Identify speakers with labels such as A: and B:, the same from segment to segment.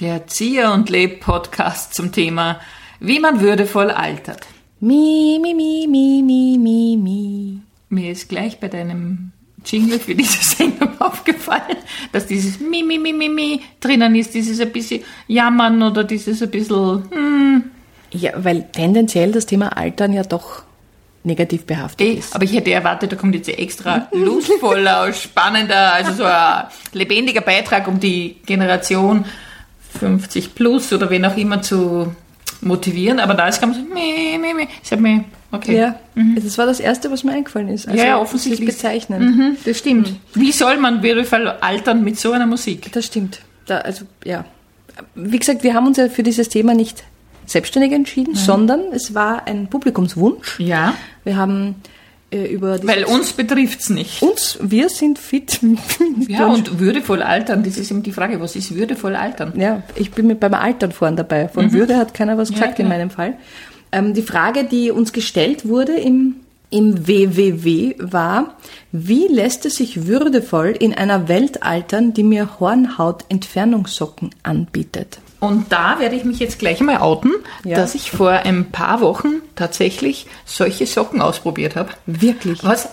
A: Erzieher und Leb Podcast zum Thema, wie man würdevoll altert.
B: Mi, mi, mi, mi, mi, mi, mi.
A: Mir ist gleich bei deinem Jingle für diese Sendung aufgefallen, dass dieses Mi, Mi, Mi, Mi, Mi drinnen ist, dieses ein bisschen Jammern oder dieses ein bisschen, hm,
B: Ja, weil tendenziell das Thema Altern ja doch negativ behaftet
A: eh.
B: ist.
A: aber ich hätte erwartet, da kommt jetzt ein extra lustvoller, spannender, also so ein lebendiger Beitrag, um die Generation 50 plus oder wen auch immer zu motivieren, aber da ist ganz Mi, Mi, Mi, ich hab mir, okay. Mhm.
B: Ja, das war das Erste, was mir eingefallen ist. Also
A: Ja, ja,
B: sich
A: offensichtlich.
B: bezeichnen.
A: Mhm, das stimmt. Wie soll man würdevoll altern mit so einer Musik?
B: Das stimmt. Da, also, ja. Wie gesagt, wir haben uns ja für dieses Thema nicht selbstständig entschieden, sondern es war ein Publikumswunsch.
A: Ja.
B: Wir haben äh, über dieses-
A: Weil uns betrifft's nicht.
B: uns, wir sind fit.
A: Ja, und würdevoll altern, das ist eben die Frage, was ist würdevoll altern?
B: Ja, ich bin mit beim Altern vorn dabei. Von Würde hat keiner was gesagt in
A: Mhm. klar.
B: meinem Fall. Ähm, die Frage, die uns gestellt wurde im, im WWW war, wie lässt es sich würdevoll in einer Welt altern, die mir Hornhautentfernungssocken anbietet?
A: Und da werde ich mich jetzt gleich mal outen,
B: Ja.
A: dass ich vor ein paar Wochen tatsächlich solche Socken ausprobiert habe.
B: Wirklich?
A: Was?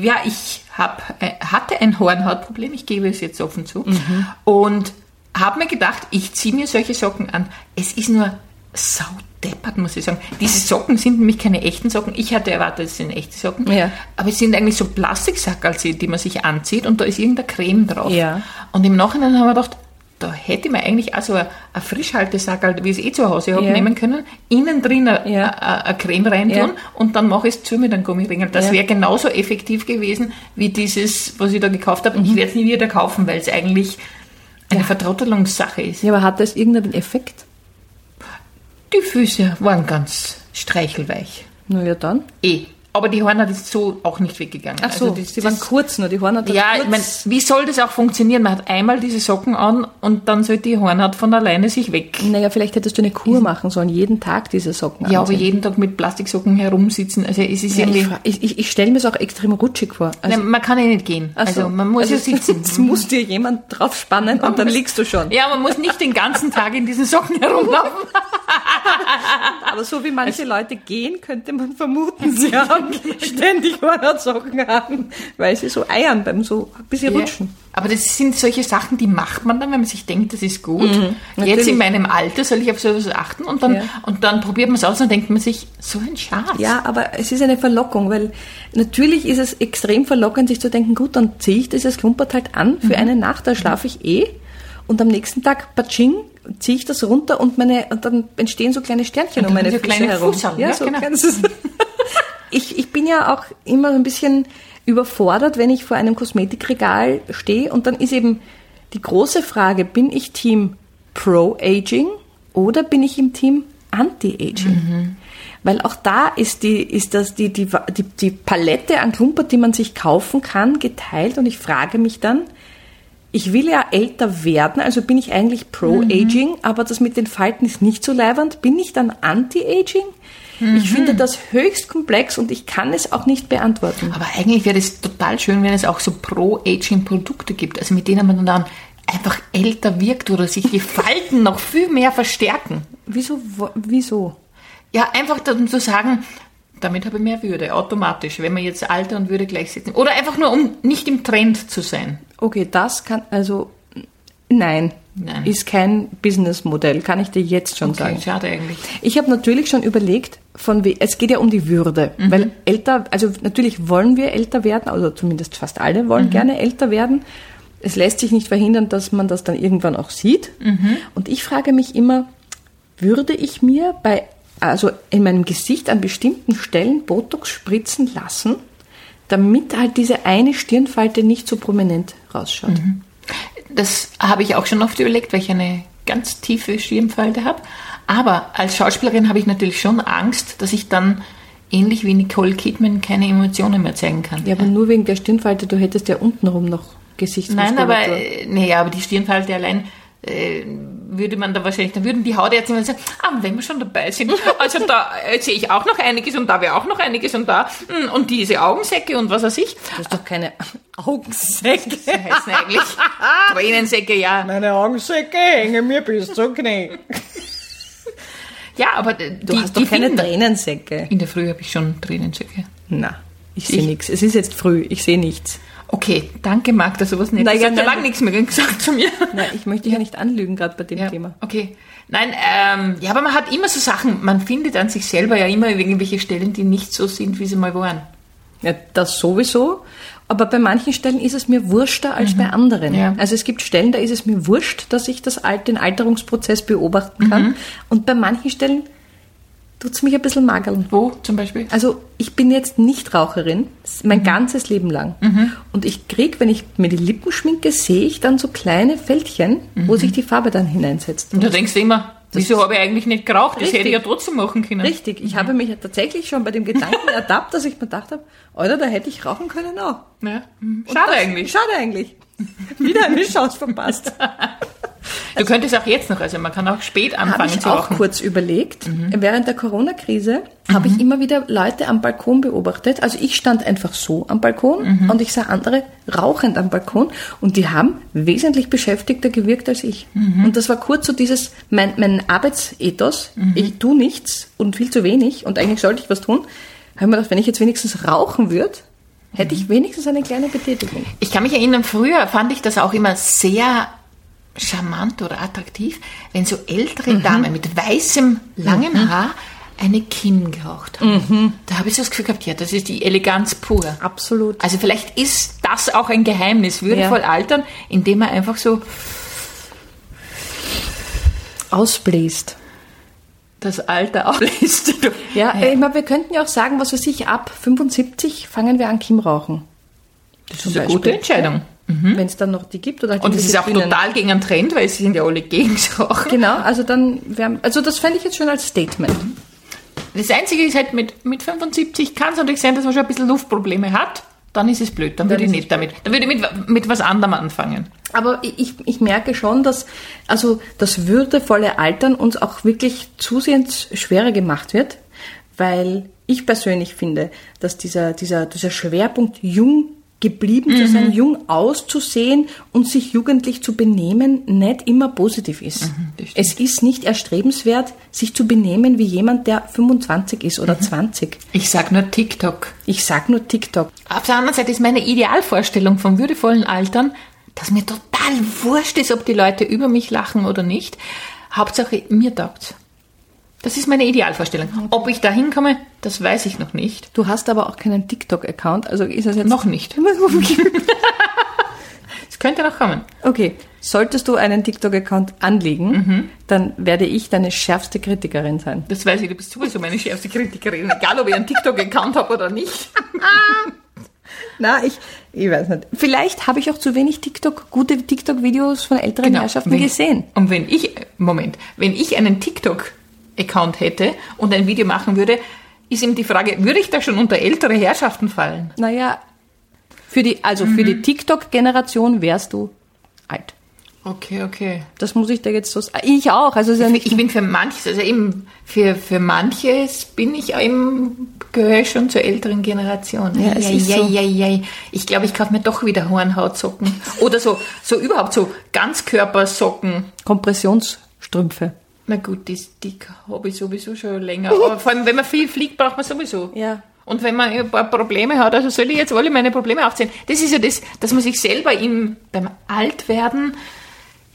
A: Ja, ich hab, äh, hatte ein Hornhautproblem, ich gebe es jetzt offen zu.
B: Mhm.
A: Und habe mir gedacht, ich ziehe mir solche Socken an. Es ist nur saudeppert, muss ich sagen. Diese Socken sind nämlich keine echten Socken. Ich hatte erwartet, es sind echte Socken.
B: Ja.
A: Aber es sind eigentlich so Plastiksackerl, die man sich anzieht und da ist irgendeine Creme drauf.
B: Ja.
A: Und im Nachhinein haben wir gedacht, da hätte man eigentlich auch so ein ein Frischhaltesackerl, wie ich es eh zu Hause habe,
B: Ja.
A: nehmen können, innen drin äh, eine
B: Ja.
A: Creme reintun
B: Ja.
A: und dann mache ich es zu mit einem Gummiringel. Das
B: Ja.
A: wäre genauso effektiv gewesen wie dieses, was ich da gekauft habe.
B: Mhm.
A: Ich werde es nie wieder kaufen, weil es eigentlich eine Vertrottelungssache ist.
B: Ja, aber hat das irgendeinen Effekt?
A: Die Füße waren ganz streichelweich.
B: Naja, dann.
A: Eh. Aber die Hornhaut ist so auch nicht weggegangen. Also das-
B: die waren
A: das-
B: kurz nur, die Hornhaut war
A: Ja,
B: kurz.
A: ich mein, wie soll das auch funktionieren? Man hat einmal diese Socken an und dann soll die Hornhaut von alleine sich weg.
B: Naja, vielleicht hättest du eine Kur machen sollen, jeden Tag diese Socken
A: Ja, aber
B: anziehen.
A: jeden Tag mit Plastiksocken herumsitzen, also es ist
B: Ja,
A: irgendwie...
B: ich fra- ich, ich, ich stelle mir es auch extrem rutschig vor. Also-
A: Nein, man kann ja nicht gehen.
B: Ach so.
A: Also man muss
B: Also
A: ja sitzen.
B: Es muss dir jemand draufspannen und dann liegst du schon.
A: Ja, man muss nicht den ganzen Tag in diesen Socken herumlaufen.
B: Aber so wie manche
A: Also-
B: Leute gehen, könnte man vermuten, sie haben ständig Hornhautsocken haben, weil sie so eiern beim so ein bisschen rutschen.
A: Aber das sind solche Sachen, die macht man dann, wenn man sich denkt, das ist gut. Jetzt
B: Mhm, natürlich.
A: in meinem Alter soll ich auf sowas achten und dann,
B: Ja.
A: und dann probiert man es aus und denkt man sich, so ein Schatz.
B: Ja, aber es ist eine Verlockung, weil natürlich ist es extrem verlockend, sich zu denken, gut, dann ziehe ich dieses Klumpert halt an
A: Mhm.
B: für eine Nacht, da schlafe ich eh und am nächsten Tag, patsching, ziehe ich das runter und, meine, und dann entstehen so kleine Sternchen um
A: dann
B: meine
A: so
B: Füße
A: kleine
B: herum.
A: Fußsal,
B: ja,
A: ja,
B: so
A: genau.
B: ganz- ich, ich bin ja auch immer so ein bisschen überfordert, wenn ich vor einem Kosmetikregal stehe und dann ist eben die große Frage, bin ich Team Pro-Aging oder bin ich im Team Anti-Aging?
A: Mhm.
B: Weil auch da ist die, ist das die, die, die, die Palette an Klumpert, die man sich kaufen kann, geteilt und ich frage mich dann, ich will ja älter werden, also bin ich eigentlich pro-aging, aber das mit den Falten ist nicht so leiwand. Bin ich dann anti-aging? Ich finde das höchst komplex und ich kann es auch nicht beantworten.
A: Aber eigentlich wäre es total schön, wenn es auch so Pro-Aging-Produkte gibt, also mit denen man dann einfach älter wirkt oder sich die Falten noch viel mehr verstärken.
B: Wieso? wo- Wieso?
A: Ja, einfach um zu sagen, damit habe ich mehr Würde, automatisch, wenn man jetzt Alter und Würde gleichsetzen. Oder einfach nur, um nicht im Trend zu sein.
B: Okay, das kann, also, nein,
A: Nein.
B: ist kein Businessmodell, kann ich dir jetzt schon
A: Okay,
B: sagen.
A: schade eigentlich.
B: Ich habe natürlich schon überlegt, von we es geht ja um die Würde,
A: Mhm.
B: weil älter, also natürlich wollen wir älter werden, oder zumindest fast alle
A: Mhm.
B: wollen gerne älter werden. Es lässt sich nicht verhindern, dass man das dann irgendwann auch sieht.
A: Mhm.
B: Und ich frage mich immer, würde ich mir bei, also in meinem Gesicht an bestimmten Stellen Botox spritzen lassen, damit halt diese eine Stirnfalte nicht so prominent rausschaut?
A: Mhm. Das habe ich auch schon oft überlegt, weil ich eine ganz tiefe Schirmfalte habe. Aber als Schauspielerin habe ich natürlich schon Angst, dass ich dann ähnlich wie Nicole Kidman keine Emotionen mehr zeigen kann.
B: Ja, aber nur wegen der Stirnfalte, du hättest ja untenrum noch
A: Nein,
B: Gesichtsmuskulatur.
A: aber, äh, nee, aber die Stirnfalte allein äh, würde man da wahrscheinlich, dann würden die Hautärzte immer sagen, ah, wenn wir schon dabei sind, also da äh, sehe ich auch noch einiges und da wäre auch noch einiges und da mm, und diese Augensäcke und was weiß ich.
B: Das ist doch keine Augensäcke.
A: heißen eigentlich. Tränensäcke, ja.
B: Meine Augensäcke hängen mir bis zum Knie.
A: Ja, aber äh,
B: Du
A: die,
B: hast
A: die
B: doch keine
A: finden-
B: Tränensäcke.
A: In der Früh habe ich schon Tränensäcke.
B: Na, ich sehe nichts. Es ist jetzt früh, ich sehe nichts.
A: Okay, danke Marc, dass du was nicht
B: Nein,
A: hast.
B: ja,
A: Ich habe
B: nein.
A: lange nichts mehr gesagt zu mir.
B: Nein, ich möchte dich ja nicht anlügen, gerade bei dem
A: Ja,
B: Thema.
A: okay. Nein, ähm, ja, aber man hat immer so Sachen, man findet an sich selber ja immer irgendwelche Stellen, die nicht so sind, wie sie mal waren.
B: Ja, das sowieso. Aber bei manchen Stellen ist es mir wurschter als bei anderen.
A: Ja.
B: Also es gibt Stellen, da ist es mir wurscht, dass ich das Alt, den Alterungsprozess beobachten kann. Und bei manchen Stellen tut es mich ein bisschen magerln.
A: Wo zum Beispiel?
B: Also ich bin jetzt Nichtraucherin, mein
A: Mhm.
B: ganzes Leben lang. Und ich krieg, wenn ich mir die Lippen schminke, sehe ich dann so kleine Fältchen,
A: Mhm.
B: wo sich die Farbe dann hineinsetzt.
A: Und da denkst du immer, wieso habe ich eigentlich nicht geraucht? Das hätte
B: Richtig.
A: ich ja trotzdem machen können.
B: Richtig, ich habe mich ja tatsächlich schon bei dem Gedanken ertappt, dass ich mir gedacht habe, oder da hätte ich rauchen können auch.
A: Ja. Mhm. Schade
B: Das-
A: eigentlich.
B: Schade eigentlich. Wieder eine Chance verpasst.
A: Du könntest auch jetzt noch, also man kann auch spät
B: Habe
A: anfangen
B: ich
A: zu
B: auch
A: rauchen.
B: kurz überlegt. Während der Corona-Krise habe ich immer wieder Leute am Balkon beobachtet. Also ich stand einfach so am Balkon und ich sah andere rauchend am Balkon und die haben wesentlich beschäftigter gewirkt als ich. Und das war kurz so dieses, mein, mein Arbeitsethos, ich tue nichts und viel zu wenig und eigentlich sollte ich was tun. Habe ich mir gedacht, wenn ich jetzt wenigstens rauchen würde, hätte ich wenigstens eine kleine Betätigung.
A: Ich kann mich erinnern, früher fand ich das auch immer sehr charmant oder attraktiv, wenn so ältere
B: Mhm.
A: Damen mit weißem, langem Haar eine Kim geraucht haben.
B: Mhm.
A: Da habe ich so das Gefühl gehabt, ja, das ist die Eleganz pur.
B: Absolut.
A: Also vielleicht ist das auch ein Geheimnis, würdevoll
B: Ja.
A: altern, indem man einfach so
B: Ausbläst.
A: das Alter auflässt.
B: Ja, äh, ich meine, wir könnten ja auch sagen, was weiß ich, ab 75 fangen wir an Kim rauchen.
A: das
B: zum
A: ist eine
B: Beispiel.
A: gute Entscheidung.
B: Wenn es dann noch die gibt. Oder halt
A: Und
B: die
A: es ist auch
B: Disziplinen.
A: total gegen einen Trend, weil es sind ja alle gegens Rauchen.
B: Genau, also dann wären, also das fände ich jetzt schon als Statement.
A: Das Einzige ist halt, mit, mit 75 kann es natürlich sein, dass man schon ein bisschen Luftprobleme hat. Dann ist es blöd, dann, würde ich
B: ist
A: nicht damit. Dann würde ich mit, mit was anderem anfangen.
B: Aber ich- ich, ich merke schon, dass also das würdevolle Altern uns auch wirklich zusehends schwerer gemacht wird, weil ich persönlich finde, dass dieser, dieser, dieser Schwerpunkt jung geblieben zu sein,
A: Mhm.
B: jung auszusehen und sich jugendlich zu benehmen, nicht immer positiv ist.
A: Mhm, das stimmt.
B: es ist nicht erstrebenswert, sich zu benehmen wie jemand, der 25 ist
A: Mhm.
B: oder 20.
A: Ich sag nur TikTok.
B: Ich sag nur TikTok.
A: Auf der anderen Seite ist meine Idealvorstellung vom würdevollen Altern, dass mir total wurscht ist, ob die Leute über mich lachen oder nicht. Hauptsache, mir taugt's. Das ist meine Idealvorstellung. Ob ich da hinkomme, das weiß ich noch nicht.
B: Du hast aber auch keinen TikTok-Account, also ist das jetzt
A: Noch nicht. Es könnte noch kommen.
B: Okay, solltest du einen TikTok-Account anlegen, dann werde ich deine schärfste Kritikerin sein.
A: Das weiß ich, du bist sowieso meine schärfste Kritikerin, egal ob ich einen TikTok-Account habe oder nicht.
B: Na, ich, ich weiß nicht. Vielleicht habe ich auch zu wenig TikTok, gute TikTok-Videos von älteren Herrschaften
A: Genau. Wenn-
B: gesehen.
A: Und wenn ich, Moment, wenn ich einen TikTok-Account hätte und ein Video machen würde, ist eben die Frage, würde ich da schon unter ältere Herrschaften fallen?
B: Naja, für die, also für die TikTok-Generation wärst du alt.
A: Okay, okay.
B: Das muss ich dir jetzt so sagen. Ich auch, also es ist ja nicht.
A: Ich bin für manches, also eben für, für manches bin ich eben, gehöre ich schon zur älteren Generation.
B: Ja, es ist so.
A: ja, ja. Ich glaube, ich kaufe mir doch wieder Hornhautsocken. Oder so, so überhaupt so Ganzkörpersocken.
B: Kompressionsstrümpfe.
A: Na gut, die, die habe ich sowieso schon länger. Aber vor allem, wenn man viel fliegt, braucht man sowieso.
B: Ja.
A: Und wenn man ein paar Probleme hat, also soll ich jetzt alle meine Probleme aufzählen? Das ist ja das, dass man sich selber im, beim Altwerden,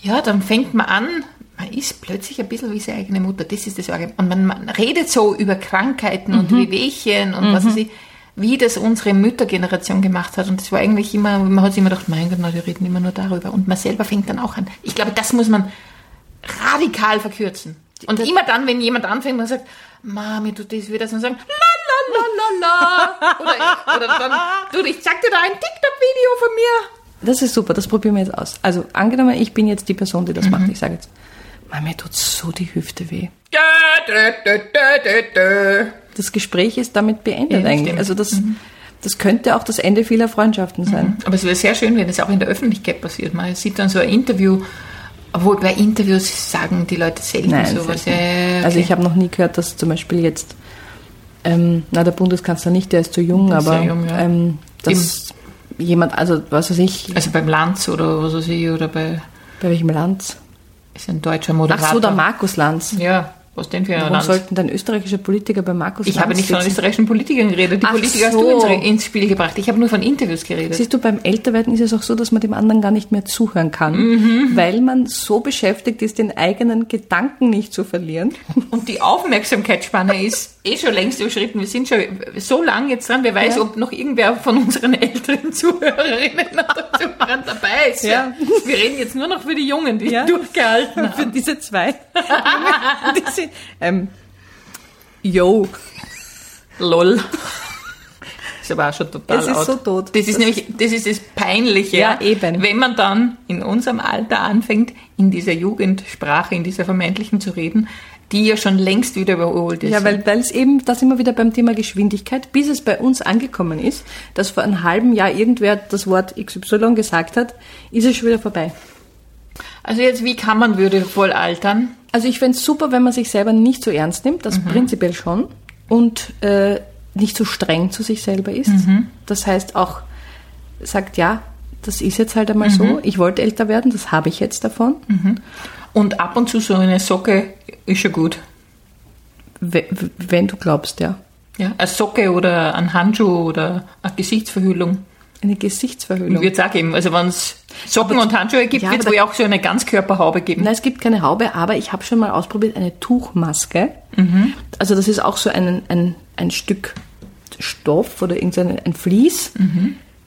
A: ja, dann fängt man an, man ist plötzlich ein bisschen wie seine eigene Mutter. Das ist das Organ. Und man, man redet so über Krankheiten und Wehwehchen und was weiß ich, wie das unsere Müttergeneration gemacht hat. Und das war eigentlich immer, man hat sich immer gedacht, mein Gott, na, die reden immer nur darüber. Und man selber fängt dann auch an. Ich glaube, das muss man radikal verkürzen. Und immer dann, wenn jemand anfängt und sagt, Mami, du das wieder, dann sagen, la la la la la. Oder, oder dann, du, ich zeig dir da ein TikTok-Video von mir.
B: Das ist super, das probieren wir jetzt aus. Also angenommen, ich bin jetzt die Person, die das macht. Ich sage jetzt, Mann, mir tut so die Hüfte weh.
A: Dö, dö, dö, dö, dö, dö.
B: das Gespräch ist damit beendet
A: Ja,
B: eigentlich.
A: stimmt. Mhm.
B: Also das, das könnte auch das Ende vieler Freundschaften sein.
A: Aber es wäre sehr schön, wenn es auch in der Öffentlichkeit passiert. Man sieht dann so ein Interview, obwohl bei Interviews sagen die Leute selten
B: Nein,
A: sowas.
B: selten.
A: Also Ja, ja,
B: Also
A: okay.
B: ich habe noch nie gehört, dass zum Beispiel jetzt, ähm, na der Bundeskanzler nicht, der ist zu jung,
A: Der ist
B: aber
A: sehr jung, ja.
B: ähm, dass jemand, also was weiß ich,
A: Also beim Lanz oder was weiß ich, oder bei
B: bei welchem Land?
A: ist ein deutscher
B: Ach
A: Moderator.
B: so, der Markus Lanz.
A: Ja, was denn für ein
B: Warum
A: Land?
B: sollten dann österreichische Politiker bei Markus
A: ich
B: Lanz
A: habe nicht von
B: sitzen?
A: österreichischen Politikern geredet. Die
B: Ach
A: Politiker
B: so.
A: hast du ins, ins Spiel gebracht. Ich habe nur von Interviews geredet.
B: Siehst du, beim Älterwerden ist es auch so, dass man dem anderen gar nicht mehr zuhören kann,
A: Mhm.
B: weil man so beschäftigt ist, den eigenen Gedanken nicht zu verlieren.
A: Und die Aufmerksamkeitsspanne ist eh schon längst überschritten. Wir sind schon so lang jetzt dran. Wer weiß, ob noch irgendwer von unseren älteren Zuhörerinnen oder Zuhörern dabei ist.
B: Ja.
A: Wir reden jetzt nur noch für die Jungen, die
B: Ja.
A: durchgehalten haben.
B: Für diese zwei. diese, ähm, yo.
A: Lol. Das war auch schon total
B: Es ist
A: out.
B: so tot.
A: Das ist nämlich, das ist das Peinliche.
B: Ja, eben.
A: Wenn man dann in unserem Alter anfängt, in dieser Jugendsprache, in dieser vermeintlichen zu reden, die ja schon längst wieder überholt ist.
B: Ja, weil weil es eben, das immer wieder beim Thema Geschwindigkeit, bis es bei uns angekommen ist, dass vor einem halben Jahr irgendwer das Wort XY gesagt hat, ist es schon wieder vorbei.
A: also jetzt, wie kann man würdevoll altern?
B: Also ich fänd's super, wenn man sich selber nicht so ernst nimmt, das prinzipiell schon, und äh, nicht so streng zu sich selber ist. Das heißt auch, sagt ja, das ist jetzt halt einmal so, ich wollte älter werden, das habe ich jetzt davon.
A: Und ab und zu so eine Socke ist schon gut.
B: We- w- Wenn du glaubst, ja.
A: Ja, eine Socke oder ein Handschuh oder eine Gesichtsverhüllung
B: Eine Gesichtsverhüllung.
A: wird es auch geben. Also wenn es Socken und Handschuhe gibt,
B: Ja,
A: wird es
B: aber
A: wohl auch so eine Ganzkörperhaube geben.
B: Na, es gibt keine Haube, aber ich habe schon mal ausprobiert, eine Tuchmaske. Also das ist auch so ein, ein, ein Stück Stoff oder irgendein ein Vlies,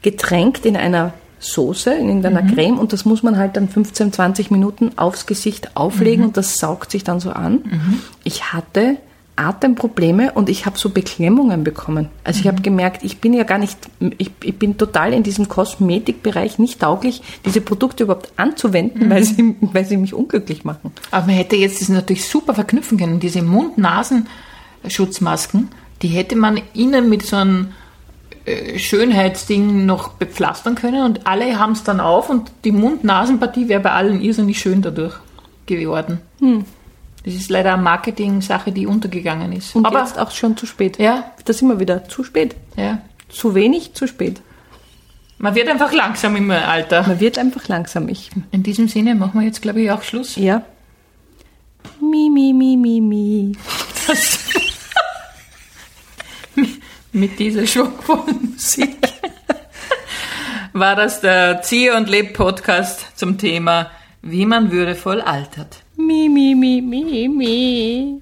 B: getränkt in einer Soße, in irgendeiner Creme und das muss man halt dann 15, 20 Minuten aufs Gesicht auflegen und das saugt sich dann so an. Ich hatte Atemprobleme und ich habe so Beklemmungen bekommen. Also ich habe gemerkt, ich bin ja gar nicht, ich, ich bin total in diesem Kosmetikbereich nicht tauglich, diese Produkte überhaupt anzuwenden, weil, sie, weil sie mich unglücklich machen.
A: Aber man hätte jetzt das natürlich super verknüpfen können. Diese Mund-Nasen-Schutzmasken, die hätte man innen mit so einem äh, Schönheitsding noch bepflastern können und alle haben es dann auf und die Mund-Nasen-Partie wäre bei allen irrsinnig schön dadurch geworden. Das ist leider eine Marketing-Sache, die untergegangen ist.
B: Und
A: Aber
B: jetzt auch schon zu spät.
A: ja,
B: Da sind wir wieder zu spät.
A: ja.
B: Zu wenig, zu spät.
A: Man wird einfach langsam im Alter.
B: Man wird einfach langsam. Ich,
A: In diesem Sinne machen wir jetzt, glaube ich, auch Schluss.
B: ja. Mi, mi, mi, mi, mi.
A: Mit dieser schwungvollen Musik war das der Zieh und Leb Podcast zum Thema, wie man würdevoll altert.
B: Mi, mi, mi, mi, mi.